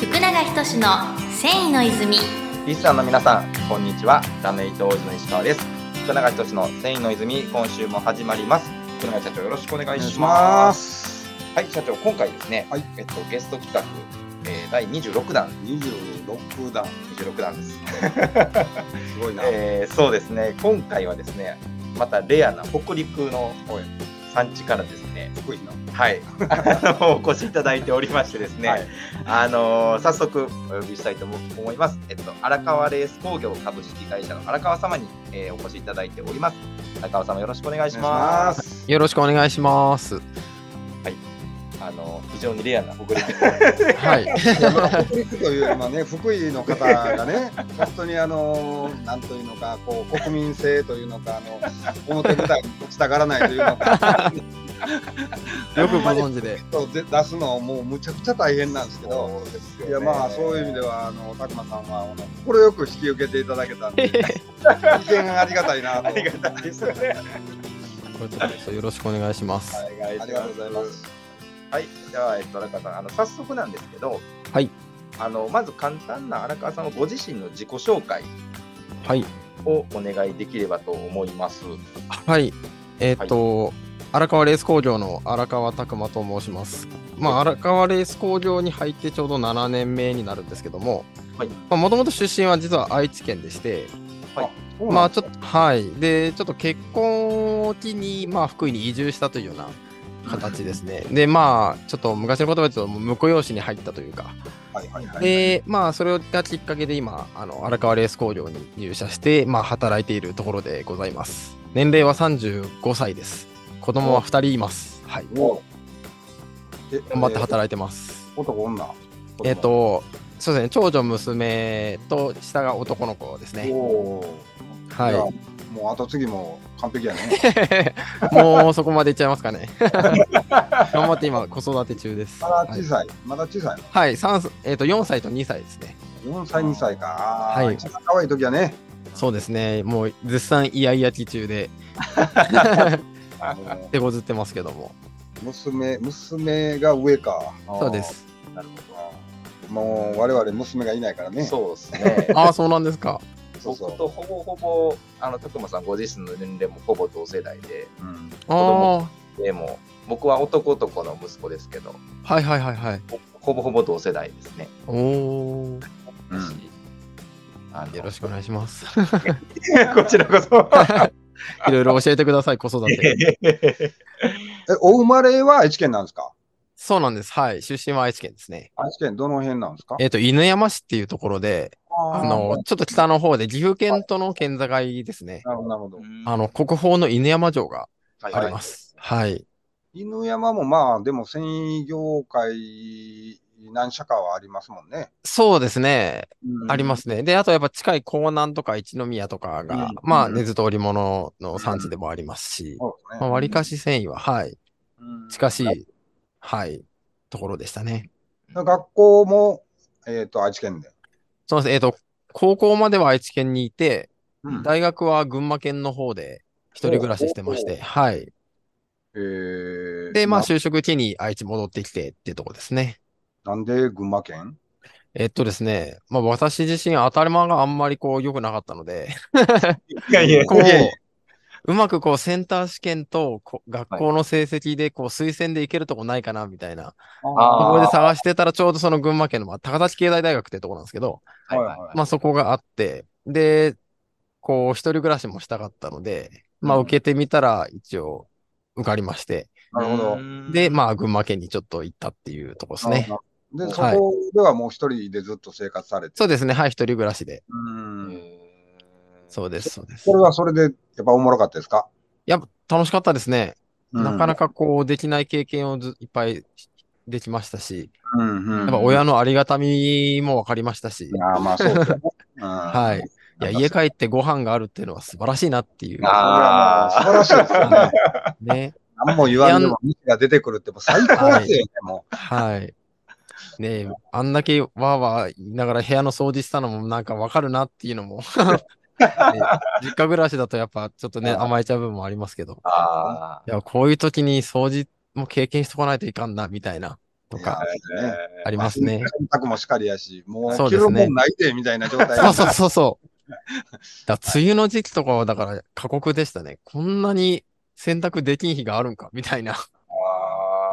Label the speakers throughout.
Speaker 1: 福永仁の繊維の泉
Speaker 2: リスナーの皆さん、こんにちは。ラメイト王子の石川です。福永仁の繊維の泉、今週も始まります。福永社長、よろしくお願いします。
Speaker 3: す。
Speaker 2: はい、社長、今回ですね、
Speaker 3: はい
Speaker 2: えっと、ゲスト企画、えー、第26弾、
Speaker 3: 二十六段、
Speaker 2: 26弾です。
Speaker 3: すごいな。
Speaker 2: えーそうですね、今回はですね、またレアな北陸の産地からですね、
Speaker 3: 福井の。
Speaker 2: はい、 あのお越しいただいておりましてですね、
Speaker 3: はい
Speaker 2: あの早速お呼びしたいと思思います。えっと荒川レース工業株式会社の荒川様に、えーお越しいただいております。荒川様よろしくお願いします。
Speaker 3: す。
Speaker 4: よろしくお願いします。
Speaker 2: あの非常にレアな 北陸。
Speaker 4: はい。
Speaker 3: 北陸という今ね、福井の方がね、本当にあのー、なんというのか、こう国民性というのか、あの。表舞台に従らないというのか。
Speaker 4: よ くご存知で。
Speaker 3: そうで出すの、もうむちゃくちゃ大変なんですけど。いや、まあ、そういう意味では、あの、たくまさんは、あの、快く引き受けていただけた んで。意見がありがたいなと。
Speaker 2: ありがたいですね。
Speaker 4: これちょっとよろしくお願いします。
Speaker 3: ありがとうございます。
Speaker 2: はい、では、えっと、荒川さん、あの、早速なんですけど。
Speaker 4: はい。
Speaker 2: あの、まず簡単な荒川さんのご自身の自己紹介
Speaker 4: はい。
Speaker 2: をお願いできればと思います。
Speaker 4: はい。えーっと、荒川レース工業の荒川拓磨と申します。まあ、荒川レース工業に入ってちょうど7年目になるんですけども
Speaker 2: はい、
Speaker 4: もともと出身は実は愛知県でして、まあちょっと、はい。で、ちょっと結婚を機に、まあ、福井に移住したというような形ですね。で、まあ、ちょっと昔の言葉で言うと、婿養子に入ったというか、
Speaker 3: はいはいはい。
Speaker 4: で、まあ、それがきっかけで今、あの荒川レース工業に入社して、まあ、働いているところでございます。年齢は35歳です。子供は2人います。はい。
Speaker 3: おうえ
Speaker 4: 頑張って働いてます。
Speaker 3: 男女。
Speaker 4: えっ、と、そうですね、長女、娘と下が男の子ですね。
Speaker 3: おー
Speaker 4: はい
Speaker 3: や。もう後継ぎも完璧やね。
Speaker 4: もうそこまでいっちゃいますかね。 頑張って今、子育て中です。
Speaker 3: ま
Speaker 4: は
Speaker 3: だ
Speaker 4: い
Speaker 3: 小、さい、まだ小さい
Speaker 4: はい三歳えっと4歳と2歳ですね。
Speaker 3: の。4歳、2歳か。あー
Speaker 4: はい
Speaker 3: 一番可愛い時はね。
Speaker 4: そうですね、もう絶賛イヤイヤ期 中で、
Speaker 3: あの
Speaker 4: 手こずってますけども。
Speaker 3: 娘、娘が上か。
Speaker 4: そうです。
Speaker 2: なるほど。
Speaker 3: もう我々娘がいないからね。
Speaker 2: そうですね
Speaker 4: 。ああ、そうなんですか。
Speaker 3: そう
Speaker 2: 僕
Speaker 3: そう
Speaker 2: とほぼほぼ、あの、徳間さんご自身の年齢もほぼ同世代で、
Speaker 3: うん
Speaker 4: あ
Speaker 2: でも、僕は男と子の息子ですけど、
Speaker 4: あ、はいはいはいはい。
Speaker 2: ほほぼほぼ同世代ですね。
Speaker 4: おお、
Speaker 3: うん
Speaker 2: 私あの
Speaker 4: よろしくお願いします。
Speaker 2: こちらこそ。
Speaker 4: いろいろ教えてください、子育て。
Speaker 3: え、お生まれは愛知県なんですか
Speaker 4: そうなんです。はい。出身は愛知県ですね。
Speaker 3: 愛知県どの辺なんですか
Speaker 4: えっ、と、犬山市っていうところで、
Speaker 3: あ
Speaker 4: あ
Speaker 3: ー
Speaker 4: の、ちょっと北の方で、岐阜県との県境ですね。
Speaker 3: なるほど、なるほど。
Speaker 4: あの、国宝の犬山城が
Speaker 2: はい。
Speaker 4: あります。はい。
Speaker 3: 犬山もまあ、でも繊維業界、何社かはありますもんね。
Speaker 4: そうですね。ありますすね。で、あとやっぱ近い江南とか一宮とかが、
Speaker 3: うん
Speaker 4: まあ、
Speaker 3: うん
Speaker 4: 根津と織物の産地でもありますし、
Speaker 3: そうです
Speaker 4: まあ、割かし繊維は、はい。
Speaker 3: うん
Speaker 4: 近しい、はい、ところでしたね。
Speaker 3: 学校も、えっ、と、愛知県で。
Speaker 4: そうです。えっ、と、高校までは愛知県にいて、
Speaker 3: うん
Speaker 4: 大学は群馬県の方で一人暮らししてまして、はい。
Speaker 3: えー
Speaker 4: で、まあ、
Speaker 3: な
Speaker 4: 就職地に愛知戻ってきてっていうとこですね。
Speaker 3: なんで群馬県
Speaker 4: えっとですね、まあ、私自身頭があんまりこう良くなかったので、
Speaker 2: いやいや
Speaker 4: こう
Speaker 3: いえいえ、
Speaker 4: うまくこうセンター試験とこう学校の成績でこう推薦でいけるとこないかなみたいな、
Speaker 2: あー
Speaker 4: ところで探してたらちょうどその群馬県の、まあ、高崎経済大学ってとこなんですけど、
Speaker 2: はいはい
Speaker 4: まあそこがあって、で、こう一人暮らしもしたかったので、まあ
Speaker 2: うん
Speaker 4: 受けてみたら一応受かりまして、
Speaker 3: なるほど。。
Speaker 4: で、まあ群馬県にちょっと行ったっていうとこですね。
Speaker 3: で、そ
Speaker 4: はい
Speaker 3: こではもう一人でずっと生活されて。
Speaker 4: そうですね、はい、一人暮らしで。
Speaker 3: うん。
Speaker 4: そうです、そうです
Speaker 3: そ。れはそれで、やっぱおもろかったですか
Speaker 4: やっぱ楽しかったですね。なかな
Speaker 3: か。
Speaker 4: かこうできない経験をずいっぱいできましたし、
Speaker 3: うんうん。
Speaker 4: やっぱ親のありがたみも分かりましたし
Speaker 3: い、やー、まあそうですよね。うん
Speaker 4: はい。いや、家帰ってご飯があるっていうのは素晴らしいなっていう。
Speaker 2: あー
Speaker 3: いやもう素晴らしいですよね。
Speaker 4: ね。
Speaker 3: 何も言わんでも、ミが出てくるって、もう最高ですよね、も
Speaker 4: はい。ねえ、あんだけわーわー言いながら部屋の掃除したのもなんかわかるなっていうのも、ね 実家暮らしだとやっぱちょっとね、
Speaker 3: はい
Speaker 4: 甘えちゃう部分もありますけど、
Speaker 2: ああ。
Speaker 4: いや、こういう時に掃除も経験しとかないといかんな、みたいなとか
Speaker 3: いやね
Speaker 4: あり
Speaker 2: ま
Speaker 4: ますね。
Speaker 3: 洗濯もしかりやし、も
Speaker 4: そうう
Speaker 3: 着
Speaker 4: です
Speaker 3: る
Speaker 4: ね
Speaker 3: もんないで、みたいな状態。
Speaker 4: そうそうそうそう。だから梅雨の時期とかはだから過酷でしたね。こんなに洗濯できん日があるんかみたいな、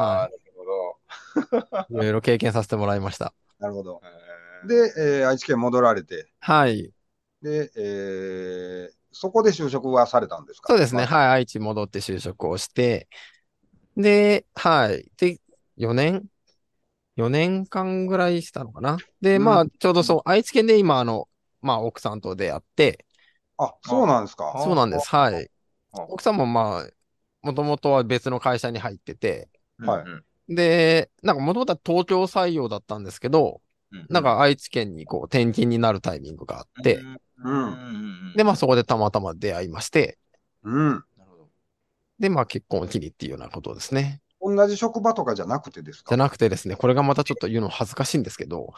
Speaker 2: あーな
Speaker 4: は
Speaker 2: るほど。
Speaker 4: いろいろ経験させてもらいました。
Speaker 3: なるほど。
Speaker 2: えー
Speaker 3: で、えー愛知県戻られて、
Speaker 4: はい。
Speaker 3: で、えーそこで就職はされたんですか
Speaker 4: そうですね。
Speaker 3: い。
Speaker 4: はい。愛知戻って就職をして、で、はい。で、4年 ?4 年間ぐらいしたのかな。で、ま
Speaker 3: う
Speaker 4: あ、ちょうどそう、愛知県で今、あの、まあ、奥さんと出会って、
Speaker 3: あ、そうなんですか。
Speaker 2: あ
Speaker 4: そうなんです。はい。
Speaker 2: あ
Speaker 4: 奥さんもまあ、もともとは別の会社に入ってて、
Speaker 3: はい
Speaker 2: うん
Speaker 4: で、なんかもともとは東京採用だったんですけど、
Speaker 2: うん
Speaker 4: なんか愛知県にこう転勤になるタイミングがあって、
Speaker 2: うん
Speaker 3: うん
Speaker 2: うん
Speaker 4: で、まあそこでたまたま出会いまして、
Speaker 3: うん。
Speaker 2: なるほど
Speaker 4: で、まあ結婚を機にっていうようなことですね。
Speaker 3: 同じ職場とかじゃなくてです
Speaker 4: じゃ
Speaker 3: か
Speaker 4: なくてですね、これがまたちょっと言うの恥ずかしいんですけど、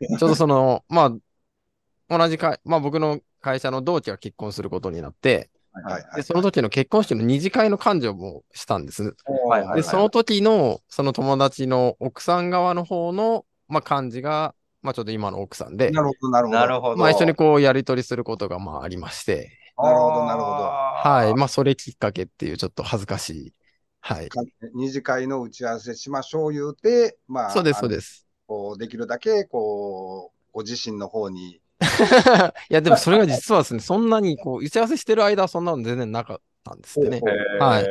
Speaker 4: ちょうどその、まあ、同じ会、まあ僕の会社の同期が結婚することになって、
Speaker 3: はいは
Speaker 4: で
Speaker 3: い。
Speaker 4: その時の結婚式の二次会の幹事をもうしたんです。
Speaker 2: はいはいはい
Speaker 4: で、その時の、その友達の奥さん側の方の、まあ幹事が、まあちょっと今の奥さんで、
Speaker 3: なるほど、なるほど。
Speaker 2: なるほど。
Speaker 4: まあ一緒にこうやり取りすることがまあありまして、
Speaker 3: なるほど、なるほど。
Speaker 2: は
Speaker 4: はい。まあ、それきっかけっていう、ちょっと恥ずかしい。はい。
Speaker 3: か二次会の打ち合わせしましょう言うて、まあ、
Speaker 4: そうです、そう
Speaker 3: す。
Speaker 4: です。
Speaker 3: こうできるだけ、こう、ご自身の方に。
Speaker 4: いや、でもそれが実はですね、そんなにこう、打ち合わせしてる間はそんなの全然なかったんですってね
Speaker 3: ほ。うほう
Speaker 4: はい。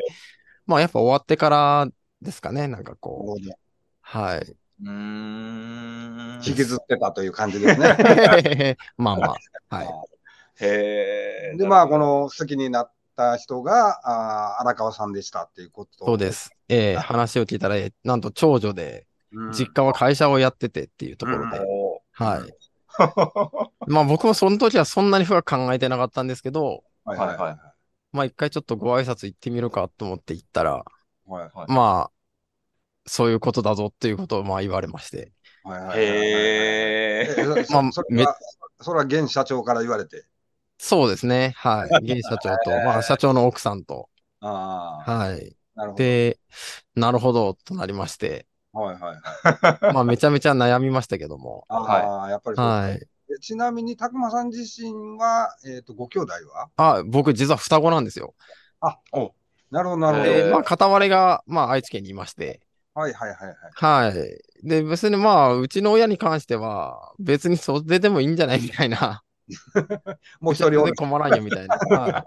Speaker 4: まあ、やっぱ終わってからですかね、なん
Speaker 3: な
Speaker 4: か
Speaker 3: る
Speaker 4: こう。
Speaker 3: ほど
Speaker 4: はい。
Speaker 2: うーん。
Speaker 3: 引きずってたという感じですね。
Speaker 4: まあまあ。はい。
Speaker 2: へー
Speaker 3: で、まあ、こ、の好きになった人が、あー荒川さんでしたっていうこと。
Speaker 4: そうです。ええ話を聞いたら、えなんと長女で、
Speaker 3: うん。
Speaker 4: 実家は会社をやっててっていうところで。
Speaker 2: お
Speaker 4: はい。
Speaker 2: ー
Speaker 4: まあ、僕もその時はそんなに深く考えてなかったんですけど、
Speaker 3: はいはいは
Speaker 2: はいい。
Speaker 4: まあ、一回ちょっとご挨拶行ってみるかと思って行ったら、
Speaker 3: はい
Speaker 2: はい
Speaker 4: まあ、そういうことだぞっていうことをまあ言われまして。
Speaker 3: はいはいはい。え
Speaker 2: へー。
Speaker 3: ーそ
Speaker 4: まあ
Speaker 3: それ
Speaker 4: め
Speaker 3: は、それは現社長から言われて。
Speaker 4: そうですね。はい。 現社長と、まあ社長の奥さんと。
Speaker 3: ああ、
Speaker 4: はい。
Speaker 3: なるほど。
Speaker 4: で、なるほど、となりまして。
Speaker 3: はいはいはい。
Speaker 4: まあめちゃめちゃ悩みましたけども。
Speaker 3: ああ、やっぱりそう
Speaker 4: はい。
Speaker 3: でちなみに、たくまさん自身は、えっ、と、ご兄弟は
Speaker 4: あ、僕実は双子なんですよ。
Speaker 2: お
Speaker 3: なるほど、なるほど。
Speaker 2: え
Speaker 4: で、
Speaker 2: ー。
Speaker 4: まあ片割れが、まあ愛知県にいまして。
Speaker 3: はいはいはいはい。
Speaker 4: はい。で、別にまあ、うちの親に関しては、別にそれでもいいんじゃないみたいな。
Speaker 3: もう一 人お
Speaker 4: で
Speaker 3: る。
Speaker 4: 困らんよみたいな。 はい。
Speaker 3: あ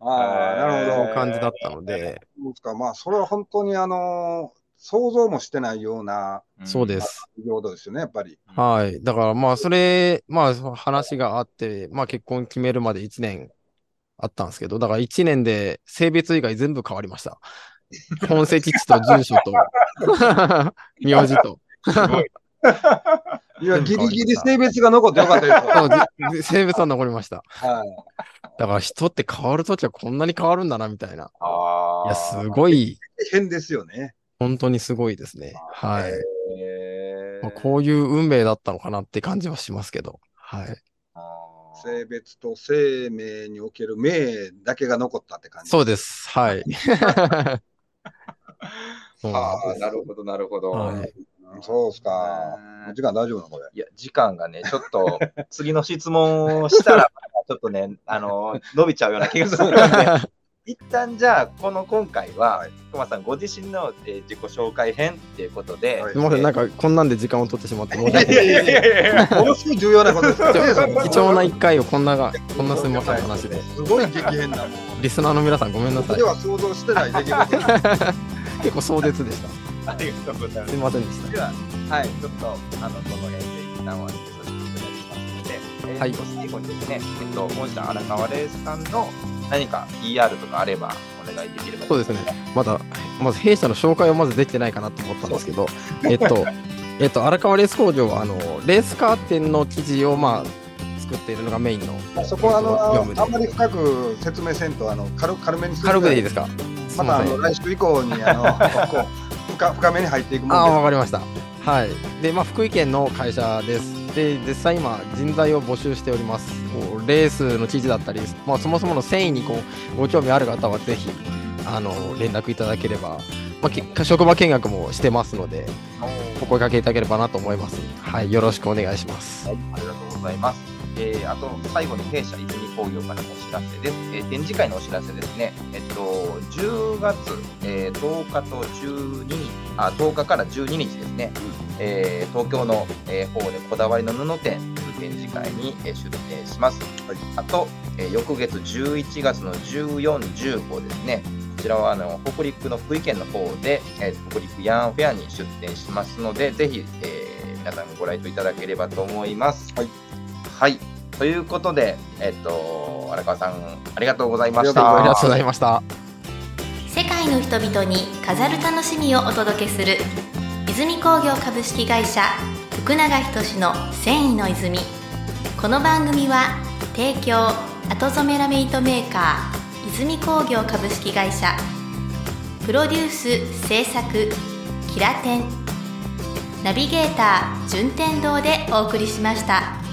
Speaker 3: あ、なる
Speaker 4: そ
Speaker 3: ほ
Speaker 4: ういう感じだったので、
Speaker 3: ど。そうですか。まあ、それは本当に、あのー想像もしてないような
Speaker 4: そうですす。
Speaker 3: 領土ですよね、やっぱり。
Speaker 4: はい。だからまあ、それ、まあ、その話があって、まあ結婚決めるまで1年あったんですけど、だから1年で性別以外全部変わりました。本籍地と住所と、 名字と。
Speaker 3: いや、ギリギリ
Speaker 4: 全部
Speaker 3: 性別が残ってよかったですよ。
Speaker 4: そうじ性別は残りました。
Speaker 3: はい。
Speaker 4: だから人って変わるときはこんなに変わるんだな、みたいな。
Speaker 2: ああ。
Speaker 4: いや、すごい、
Speaker 3: 変ですよね。
Speaker 4: 本当にすごいですね。はい。
Speaker 2: へー
Speaker 4: まあこういう運命だったのかなって感じはしますけど。はい。
Speaker 2: あー
Speaker 3: 性別と生命における命だけが残ったって感じ。
Speaker 4: そうです。 はい。そうな
Speaker 2: あー
Speaker 4: んです
Speaker 2: なるほど、なるほど。
Speaker 4: はい
Speaker 3: うんそうですか。お時間大丈夫なのこれ。
Speaker 2: いや、時間がね、ちょっ と、次の質問をしたら、ちょっとね、あの、伸びちゃうような気がするので、 一旦じゃあ、この今回は、熊さんご自身の、えー自己紹介編っていうことで、
Speaker 3: はい
Speaker 4: すみません、なんかこんなんで時間を取ってしまって申し訳ない
Speaker 3: いやいやいやものすごい重要なことですからねそれ。
Speaker 4: 貴重な一回をこんなが、 こんなすみません話で。
Speaker 3: すごい激変な。
Speaker 4: リスナーの皆さんごめんな
Speaker 3: 僕
Speaker 4: さい
Speaker 3: で。は想像してない出来事です。
Speaker 4: 結構壮絶でした。
Speaker 2: ありがとうございます
Speaker 4: すみませんでした。
Speaker 2: では、はい、ちょっと、あの、この辺で一旦終わりにさせていただきますので、えー
Speaker 4: はい
Speaker 2: 最後にですね、えっと、本社荒川レースさんの何か PR とかあれば、お願いできれば
Speaker 4: そうですね。まだ、まず弊社の紹介をまずできてないかなと思ったんですけど、えっと、えっと、荒川レース工場は、あの、レースカーテンの生地を、まあ、作っているのがメインの。
Speaker 3: そこはあ
Speaker 4: 業
Speaker 3: の
Speaker 4: 務
Speaker 3: あんまり
Speaker 4: で。
Speaker 3: 深く説明せんとあの軽軽めにする
Speaker 4: 軽くでいいですかす
Speaker 3: また
Speaker 4: みま
Speaker 3: あ
Speaker 4: せん
Speaker 3: の。来週以降にあのこう深深めに入っていく
Speaker 4: ああ、わ
Speaker 3: もん
Speaker 4: かりました。はい。で、まあ、福井県の会社です。で、実際今、人材を募集しております。こうレースの知事だったり、まあ、そもそもの繊維にこうご興味ある方は、ぜひ、あの、連絡いただければ、まあけ、職場見学もしてますので、お声掛けいただければなと思います。はい、よろしくお願いします。
Speaker 2: ありがとうございます。えーあと、最後に弊社泉工業からのお知らせです。えー展示会のお知らせですね。えっと、10月、えー10日と12日、あ、10日から12日ですね。えー東京の、えー方でこだわりの布店展示会に、えー出展します。あと、えー翌月11月の14、15ですね。こちらはあの北陸の福井県の方で、えー北陸ヤーンフェアに出展しますので、ぜひ、えー皆さんご来場いただければと思います。
Speaker 3: はい。
Speaker 2: はい。ということで、えっと、荒川さん、ありがとうございまし
Speaker 3: あ
Speaker 4: あ
Speaker 2: た。
Speaker 3: ー
Speaker 4: りがとうございました。
Speaker 1: 世界の人々に飾る楽しみをお届けする泉工業株式会社福永仁の繊維の泉この番組は提供後染めラメイトメーカー泉工業株式会社プロデュース制作キラテンナビゲーター順天堂でお送りしました。